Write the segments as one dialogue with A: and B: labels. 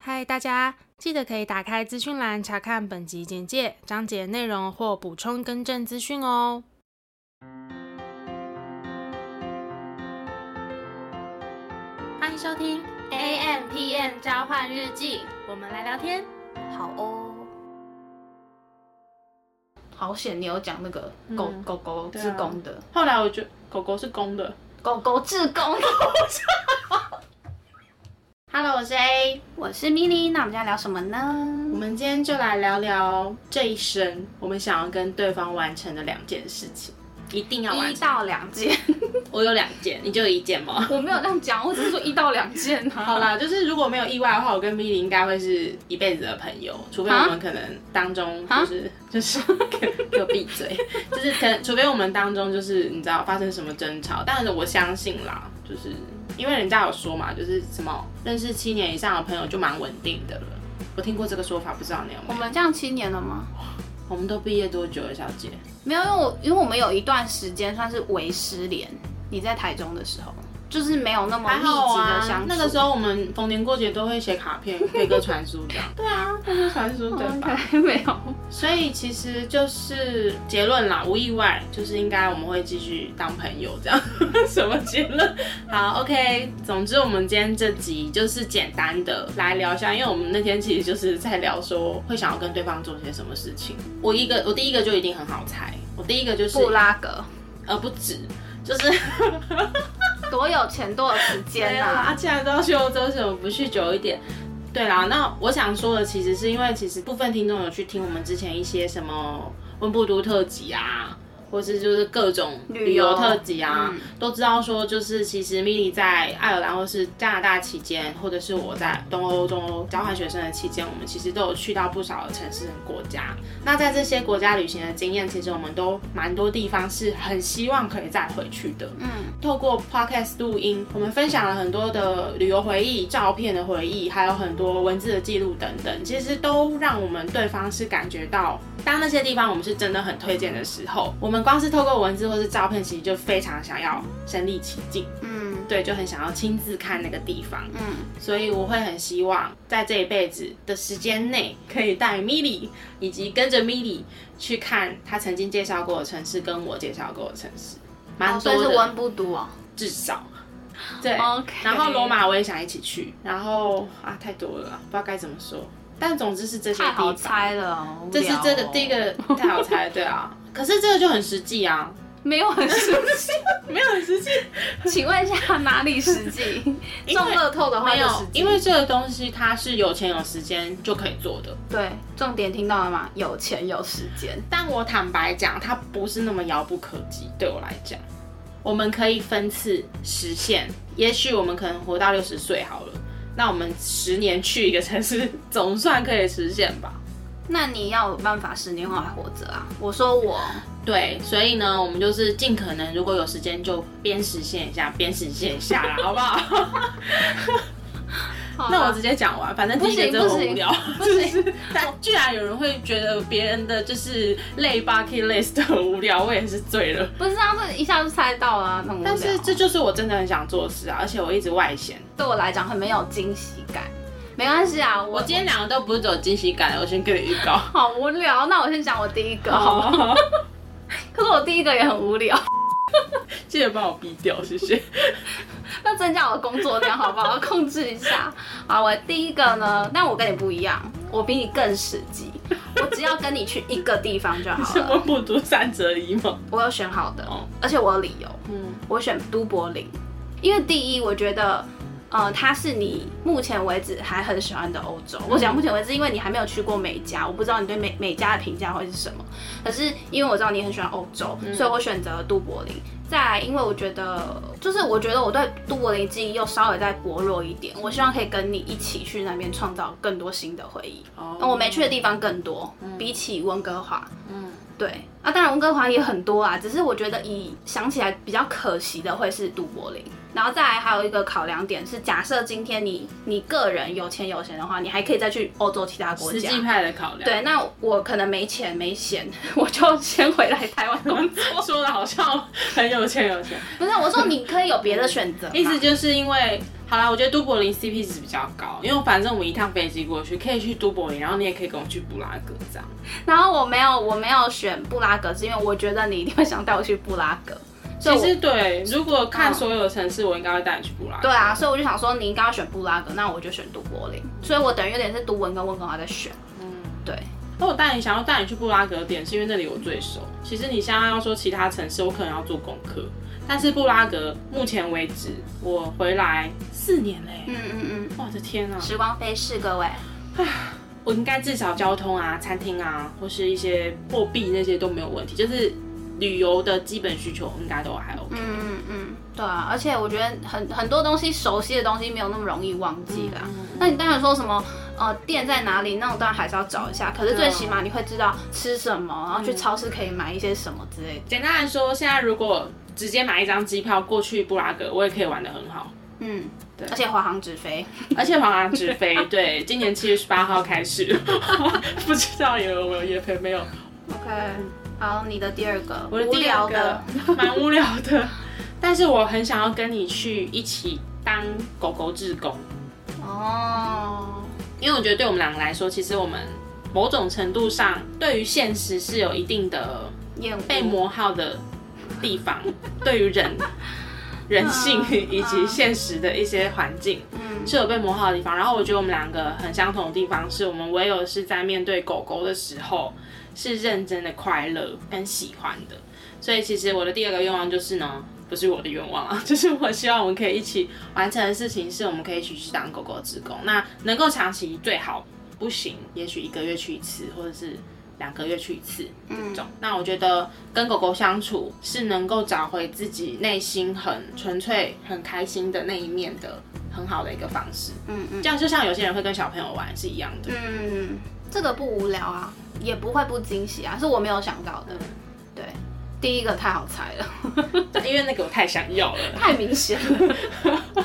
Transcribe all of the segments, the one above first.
A: 嗨，大家记得可以打开资讯栏查看本集简介、章节内容或补充更正资讯哦。欢迎收听 A M P M 交换日记，我们来聊天。
B: 好哦，
C: 好险，你有讲那个狗、
A: 嗯
C: 狗狗
A: 对啊
C: 自宫的、
A: 后来我觉得狗狗是公的。
B: 狗狗志工，
A: Hello，我是 A，
B: 我是咪咪，那我们今天聊什么
A: 我
B: 呢？
A: 们今天就来聊聊这一生我们想要跟对方完成的两件事情，一定要完
B: 一
A: 成。
B: 到两 件，
A: 我有两件，你就有一件吗？
C: 我没有这样讲，我只是说一到两件啊。
A: 好，啦，就是如果没有意外的话，我跟 Milly 应该会是一辈子的朋友，除非我们可能当中就是就是 给我闭嘴，就是可能除非我们当中就是你知道发生什么争吵，但是我相信啦，就是因为人家有说嘛，就是什么认识七年以上的朋友就蛮稳定的了。我听过这个说法，不知道你有没
B: 我
A: 有？
B: 们这样七年了吗？
A: 我们都毕业多久了，小姐？
B: 没有，因为我因为我们有一段时间算是微失联，你在台中的时候，就是没有那么
A: 还
B: 密
A: 好
B: 集的相
A: 啊
B: 处。，
A: 那个时候我们逢年过节都会写卡片，飞哥传书这样。 对啊，飞哥传书对 吧？
B: OK，没有，
A: 所以其实就是结论啦，无意外，就是应该我们会继续当朋友这样。 什么结论？好，OK。总之，我们今天这集就是简单的来聊一下，因为我们那天其实就是在聊说会想要跟对方做些什么事情。我一个，我第一个就一定很好猜，我第一个就是
B: 布拉格
A: 呃不止，就是
B: 多有钱多有时间
A: 对
B: 呐、
A: 啊，既然都要去欧洲，为什么不去久一点？对啦，那我想说的其实是因为，其实部分听众有去听我们之前一些什么温布都特辑啊，或是就是各种旅游特辑啊，
B: 嗯
A: 都知道说，就是其实 Mini 在爱尔兰或是加拿大期间，或者是我在东欧、中欧交换学生的期间，我们其实都有去到不少的城市和国家。那在这些国家旅行的经验，其实我们都蛮多地方是很希望可以再回去的。
B: 嗯，
A: 透过 podcast 录音，我们分享了很多的旅游回忆、照片的回忆，还有很多文字的记录等等，其实都让我们对方是感觉到，当那些地方我们是真的很推荐的时候，我们光是透过文字或是照片，其实就非常想要身临其境，
B: 嗯
A: 对，就很想要亲自看那个地方。
B: 嗯，
A: 所以我会很希望在这一辈子的时间内，可以带 Milly 以及跟着 Milly 去看他曾经介绍过的城市，跟我介绍过的城市，蛮
B: 哦，
A: 多
B: 所以是
A: 的。
B: 温布都哦。
A: 至少。对
B: OK
A: 然后罗马我也想一起去，然后啊太多了，不知道该怎么说。但总之是这些
B: 太
A: 地
B: 好
A: 方，
B: 猜了哦，无
A: 这是
B: 聊
A: 这个
B: 哦
A: 第一个太好猜，对啊。可是这个就很实际啊，
B: 没有很实际。
A: 没有很实际，
B: 请问一下哪里实际？
A: 因为
B: 中乐透的话
A: 没
B: 就
A: 有
B: 实，际，
A: 因为这个东西它是有钱有时间就可以做的。
B: 对重点听到了吗？有钱有时间，
A: 但我坦白讲，它不是那么遥不可及。对我来讲，我们可以分次实现。也许我们可能活到六十岁好了，那我们十年去一个城市，总算可以实现吧。
B: 那你要有办法十年后还活着啊！我说我
A: 对，所以呢，我们就是尽可能，如果有时间就边实现一下，边实现一下啦，好不好？
B: 啊
A: 那我直接讲完，反正第一个真的很无聊，
B: 不行，
A: 但居然有人会觉得别人的就是类 bucket list 很无聊，我也是醉了。
B: 不是啊，这一下就猜到了、啊，那么无聊
A: 但是这就是我真的很想做的事啊，而且我一直外显。
B: 对我来讲很没有惊喜感。没关系啊，我
A: 我今天两个都不是走惊喜感，我先跟你预告。
B: 好无聊。那我先讲我第一个好啊了，
A: 好，
B: 可是我第一个也很无聊，
A: 记得帮我逼掉，谢谢。
B: 要增加我的工作量好不好？ 控制一下。好，我第一个呢，但我跟你不一样，我比你更实际，我只要跟你去一个地方就 好
A: 是
B: 了。
A: 温不读三折一吗？
B: 我有选好的，
A: 哦
B: 而且我有理由，
A: 嗯，
B: 我选都柏林，因为第一，我觉得，呃，它是你目前为止还很喜欢的欧洲。我讲目前为止，因为你还没有去过美加，我不知道你对美美加的评价会是什么。可是因为我知道你很喜欢欧洲，所以我选择了都柏林。再来，因为我觉得，就是我觉得我对都柏林记忆又稍微再薄弱一点，我希望可以跟你一起去那边创造更多新的回忆。
A: 哦
B: 嗯那我没去的地方更多，比起温哥华，
A: 嗯
B: 对啊，当然温哥华也很多啊，只是我觉得以想起来比较可惜的会是都柏林，然后再来还有一个考量点是，假设今天你你个人有钱有闲的话，你还可以再去欧洲其他国
A: 实
B: 家。
A: 际派的考量。
B: 对，那我可能没钱没闲， 我就先回来台湾工作。
A: 我说的好像很有钱有钱，
B: 不是，我说你可以有别的选择嘛，
A: 意思就是因为好啦，我觉得都柏林 CP 值比较高，因为反正我们一趟飞机过去，可以去都柏林，然后你也可以跟我去布拉格这样。
B: 然后我没有我没有选布拉格，是因为我觉得你一定会想带我去布拉格。所以
A: 其
B: 我
A: 实对，如果看所有的城市，我应该会带你去布拉格。
B: 对啊，所以我就想说你应该要选布拉格，那我就选读柏林。所以我等于有点是读文跟文跟华在选。对。
A: 那我带你想要带你去布拉格的点，是因为那里我最熟。其实你现在要说其他城市，我可能要做功课。但是布拉格目前为止，我回来四年嘞、
B: 嗯嗯嗯，
A: 哇我的天啊！
B: 时光飞逝，各位。
A: 我应该至少交通啊、餐厅啊，或是一些货币那些都没有问题，就是旅游的基本需求应该都还 OK。
B: 嗯嗯嗯，对啊，而且我觉得很很多东西熟悉的东西没有那么容易忘记啦。那你当然说什么呃店在哪里，那种当然还是要找一下，可是
A: 对
B: 最
A: 啊
B: 起码你会知道吃什么，然后去超市可以买一些什么之类的。
A: 简单来说，现在如果直接买一张机票过去布拉格，我也可以玩得很好，
B: 嗯，对，而且华航直飞，
A: 而且华航直飞，对，今年七月十八号开始， 不知道有没有也陪没有。
B: OK，好，你的第二个，
A: 我的
B: 无
A: 第二
B: 聊
A: 个
B: 的，
A: 蛮无聊的，但是我很想要跟你去一起当狗狗志工，
B: 哦，
A: 因为我觉得对我们两个来说，其实我们某种程度上对于现实是有一定的
B: 厌恶
A: 被磨耗的地方，对于人。人性
B: 嗯
A: 以及现实的一些环境
B: 嗯
A: 是有被磨耗的地方，然后我觉得我们两个很相同的地方是我们唯有是在面对狗狗的时候是认真的快乐跟喜欢的，所以其实我的第二个愿望就是呢，不是我的愿望啊， 就是我希望我们可以一起完成的事情是我们可以一起去当狗狗职工，那能够长期最好，不行也许一个月去一次，或者是两个月去一次，
B: 嗯
A: 种。那我觉得跟狗狗相处是能够找回自己内心很纯粹、很开心的那一面的很好的一个方式。
B: 嗯嗯
A: 这样就像有些人会跟小朋友玩是一样的。
B: 嗯，这个不无聊啊，也不会不惊喜啊，是我没有想到的。对，第一个太好猜 了。
A: 但因为那个我太想要了。
B: 太明显了。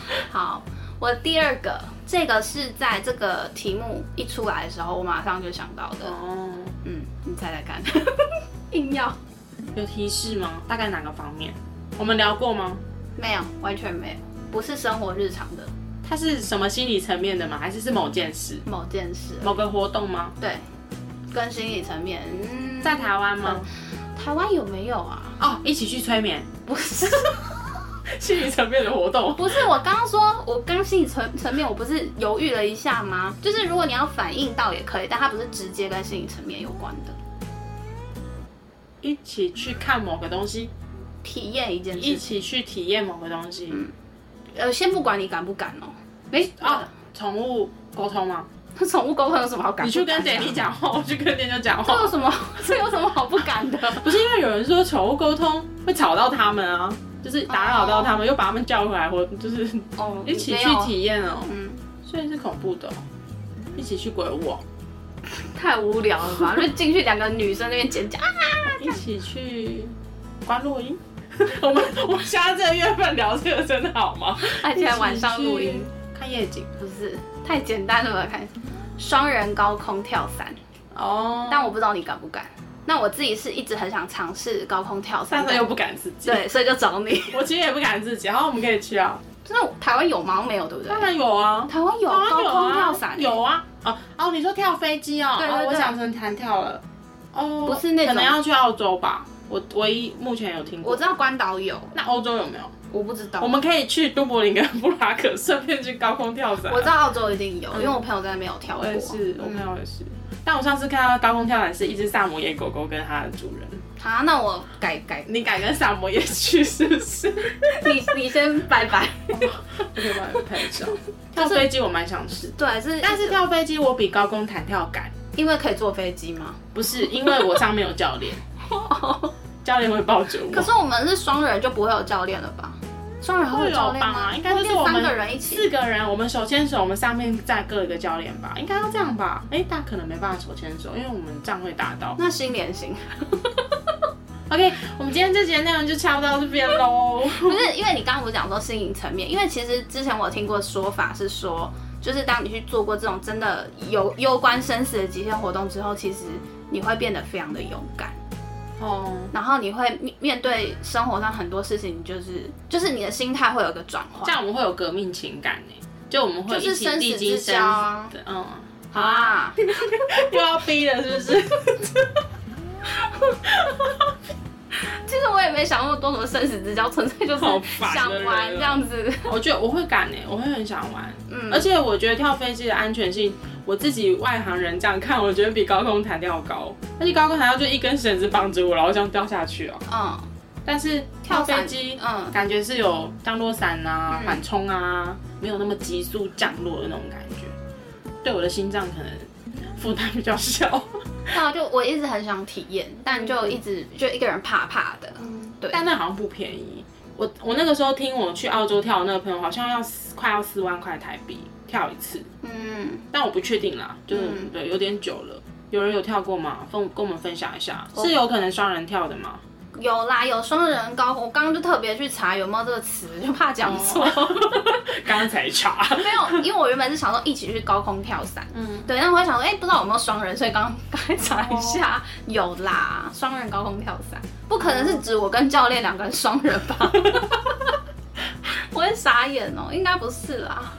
B: 好，我第二个，这个是在这个题目一出来的时候，我马上就想到的。
A: 哦，
B: 嗯，你猜猜 看，硬要
A: 有提示吗？大概哪个方面？我们聊过吗？
B: 没有，完全没有，不是生活日常的
A: 它是什么心理层面的吗？还是是某件事、
B: 某件事，
A: 某个活动吗？
B: 对，跟心理层面。嗯，
A: 在台湾吗？
B: 台湾有没有啊？
A: 哦，一起去催眠，
B: 不是，
A: 心理层面的活动。
B: 不是，我刚刚说，我刚心理层层面，我不是犹豫了一下吗？就是如果你要反应到也可以，但它不是直接跟心理层面有关的，
A: 一起去看某个东西，
B: 体验一件事
A: 一
B: 情。
A: 起去体验某个东西。
B: 呃，先不管你敢不敢哦，没
A: 哦
B: 啊，，
A: 宠物沟通吗？
B: 宠物沟通有什么好敢
A: 你
B: 不敢的？
A: 去跟点你讲话，我去跟点就讲
B: 这有
A: 话。
B: 什么？这有什么好不敢 的？
A: 不是因为有人说宠物沟通会吵到他们啊，就是打扰到他们，又把他们叫回来，或就是
B: 哦，
A: 一起
B: 没
A: 去
B: 有，
A: 体验哦，
B: 嗯，
A: 所以是恐怖的哦、一起去鬼屋、哦，
B: 太无聊了吧？就进去两个女生那边尖 叫啊，
A: 一起去观落音。 我们我们现在这个月份聊这个真的好吗？
B: 而且晚上录音，，
A: 看夜景
B: 不是太简单了吧？看双人高空跳伞，
A: 哦，
B: 但我不知道你敢不敢。那我自己是一直很想尝试高空跳伞
A: 但
B: 的，
A: 是又不敢自己，
B: 对，所以就找你。
A: 我其实也不敢自己。然后我们可以去啊，
B: 那台湾有吗？好像没有，对不对？
A: 当然有啊，
B: 台湾有
A: 啊
B: 高
A: 有
B: 空
A: 啊
B: 跳伞，欸
A: 有啊，哦哦，你说跳飞机哦，
B: 对对
A: 哦我
B: 对
A: 想成弹跳了，哦，
B: 不是那
A: 可能
B: 种
A: 要去澳洲吧，我唯一目前有听过，
B: 我知道关岛有，
A: 那欧洲有没有？
B: 我不知道。
A: 我们可以去都柏林跟布拉格，顺便去高空跳伞。
B: 我知道澳洲一定有，因
A: 嗯
B: 为我朋友在那边有跳
A: 我
B: 过。
A: 也是，我朋
B: 嗯
A: 友也是，但我上次看到高空跳伞是一只萨摩耶狗狗跟它的主人，
B: 好，那我改改，
A: 你敢跟萨摩耶去是不 是？
B: 你你先拜 拜。
A: 我可以帮你拍照。跳飞机我蛮想试，
B: 对，是，
A: 但是跳飞机我比高空弹跳敢，
B: 因为可以坐飞机 吗？
A: 不是因为我上面有教练，教练会抱着我。
B: 可是我们是双人，就不会有教练了吧？双人
A: 会哦
B: 有啊教
A: 有
B: 练吗
A: 吧？？应该就是我
B: 会
A: 们
B: 变三个人一起。
A: 四个人，我们手牵手，我们上面再各一个教练吧，应该要这样吧？哎、但可能没办法手牵手，因为我们这样会打到。
B: 那心连心，
A: OK，我们今天这节内容就差不多到这边喽。
B: 不是因为你刚刚不是讲说心灵层面，因为其实之前我有听过说法是说，就是当你去做过这种真的有攸关生死的极限活动之后，其实你会变得非常的勇敢。
A: 哦，
B: 然后你会面面对生活上很多事情，就是就是你的心态会有一个转换
A: 这。样我们会有革命情感呢，就我们会
B: 就是
A: 一起
B: 生死
A: 历经
B: 之
A: 生
B: 交啊
A: 死嗯，
B: 好 啊，
A: 又要逼了是不是？
B: 其实我也没想那么多，什么生死之交存在就是
A: 好烦
B: 想
A: 的人
B: 玩
A: 哦
B: 这样子。
A: 我觉得我会敢诶，我会很想玩，
B: 嗯
A: 而且我觉得跳飞机的安全性，我自己外行人这样看，我觉得比高空弹跳高，而且高空弹跳就一根绳子绑着我，然后这样掉下去啊。
B: 嗯，
A: 但是跳飞机，
B: 跳伞嗯
A: 嗯，感觉是有降落伞啊、
B: 嗯
A: 缓冲啊，没有那么急速降落的那种感觉，对我的心脏可能负担比较小。
B: 那我就我一直很想体验，但就一直就一个人怕怕的。对
A: 但那好像不便宜。我我那个时候听我去澳洲跳的那个朋友，好像要四快要四万块台币跳一次，
B: 嗯，
A: 但我不确定啦，就是、
B: 嗯
A: 对，有点久了。有人有跳过吗？分跟我们分享一下，
B: 我
A: 是有可能双人跳的吗？
B: 有啦，有双人高，我刚刚就特别去查有没有这个词，就怕
A: 哦
B: 讲错。
A: 刚才查，
B: 没有，因为我原本是想说一起去高空跳伞，嗯，对，但我还想说，哎、不知道有没有双人，所以刚刚才查一下，
A: 哦
B: 有啦，双人高空跳伞，不可能是指我跟教练两个人双人 吧？我会傻眼哦、应该不是啦，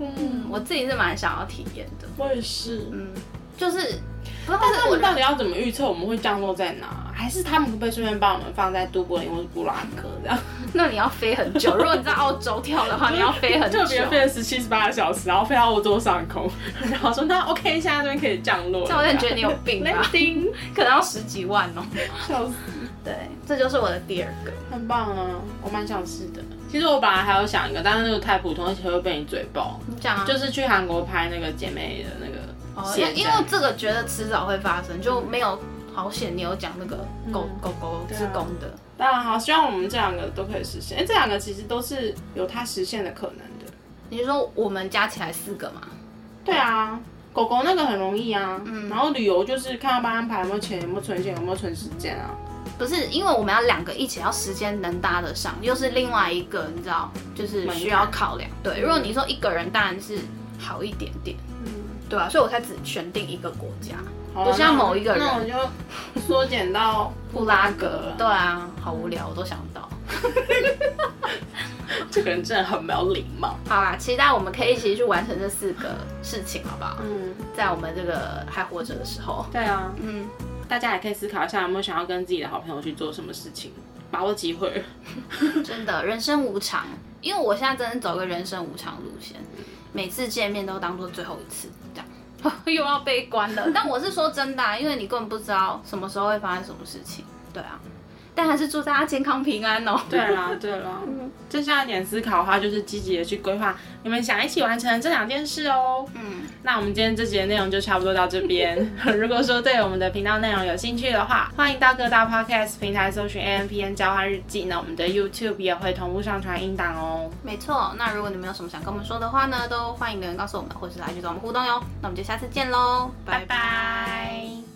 A: 嗯，
B: 嗯我自己是蛮想要体验的，
A: 我也是。
B: 嗯，就是，不知道
A: 那
B: 是
A: 我
B: 我
A: 们到底要怎么预测我们会降落在哪？还是他们会不会顺便把我们放在都柏林或是布拉格这样？
B: 那你要飞很久，如果你在澳洲跳的话，你要飞很久
A: 特，别飞了十七十八个小时，然后飞到欧洲上空， 然后说那 OK，现在这边可以降落了。
B: 教练觉 得你有病吧？
A: landing，
B: 可能要十几万哦、
A: 笑死，
B: 对，这就是我的第二个，
A: 很棒啊，我蛮想试的。其实我本来还有想一个，但是那个太普通，而且会被你嘴爆。
B: 你讲啊，
A: 就是去韩国拍那个姐妹的那个
C: 哦
A: 线
C: 因为
A: 这样，
C: 因为这个觉得迟早会发生，就没有好险。你有讲那个狗
A: 嗯
C: 狗狗
A: 对啊
C: 自宫的，
A: 当然好，希望我们这两个都可以实现。哎、这两个其实都是有它实现的可能的。
C: 你是说我们加起来四个嘛？
A: 对啊，狗狗那个很容易啊，然后旅游就是看要帮他安排有没有钱，有没有存钱，有没有存时间啊。
B: 不是，因为我们要两个一起，要时间能搭得上，又是另外一个，你知道，就是需要考量。对，如果你说一个人，当然是好一点点，对啊，所以我才只选定一个国家，哦
A: 好啊
B: 不像
A: 那我
B: 某一个人
A: 那我就缩减到
B: 布拉格。对啊，好无聊，我都想不到。
A: 这个人真的很没有礼貌。
B: 好啦，期待我们可以一起去完成这四个事情，好不好？
A: 嗯，
B: 在我们这个还活着的时候，
A: 对啊，
B: 嗯，
A: 大家也可以思考一下，有没有想要跟自己的好朋友去做什么事情，把握机会。
B: 真的人生无常，因为我现在真的走个人生无常路线，每次见面都当做最后一次这样。又要悲观了，但我是说真的啊、因为你根本不知道什么时候会发生什么事情，对啊。但还是祝大家健康平安哦。
A: 对啊啦，对啦，剩下一点思考的话，就是积极的去规划你们想一起完成这两件事哦。
B: 嗯，
A: 那我们今天这集的内容就差不多到这边。如果说对我们的频道内容有兴趣的话，欢迎到各大 podcast 平台搜寻 A M P N 交换日记。那我们的 YouTube 也会同步上传音档哦。
B: 没错。那如果你们有什么想跟我们说的话呢，都欢迎留言告诉我们，或者来去找我们互动哟。那我们就下次见喽，
A: 拜
B: 拜拜
A: 拜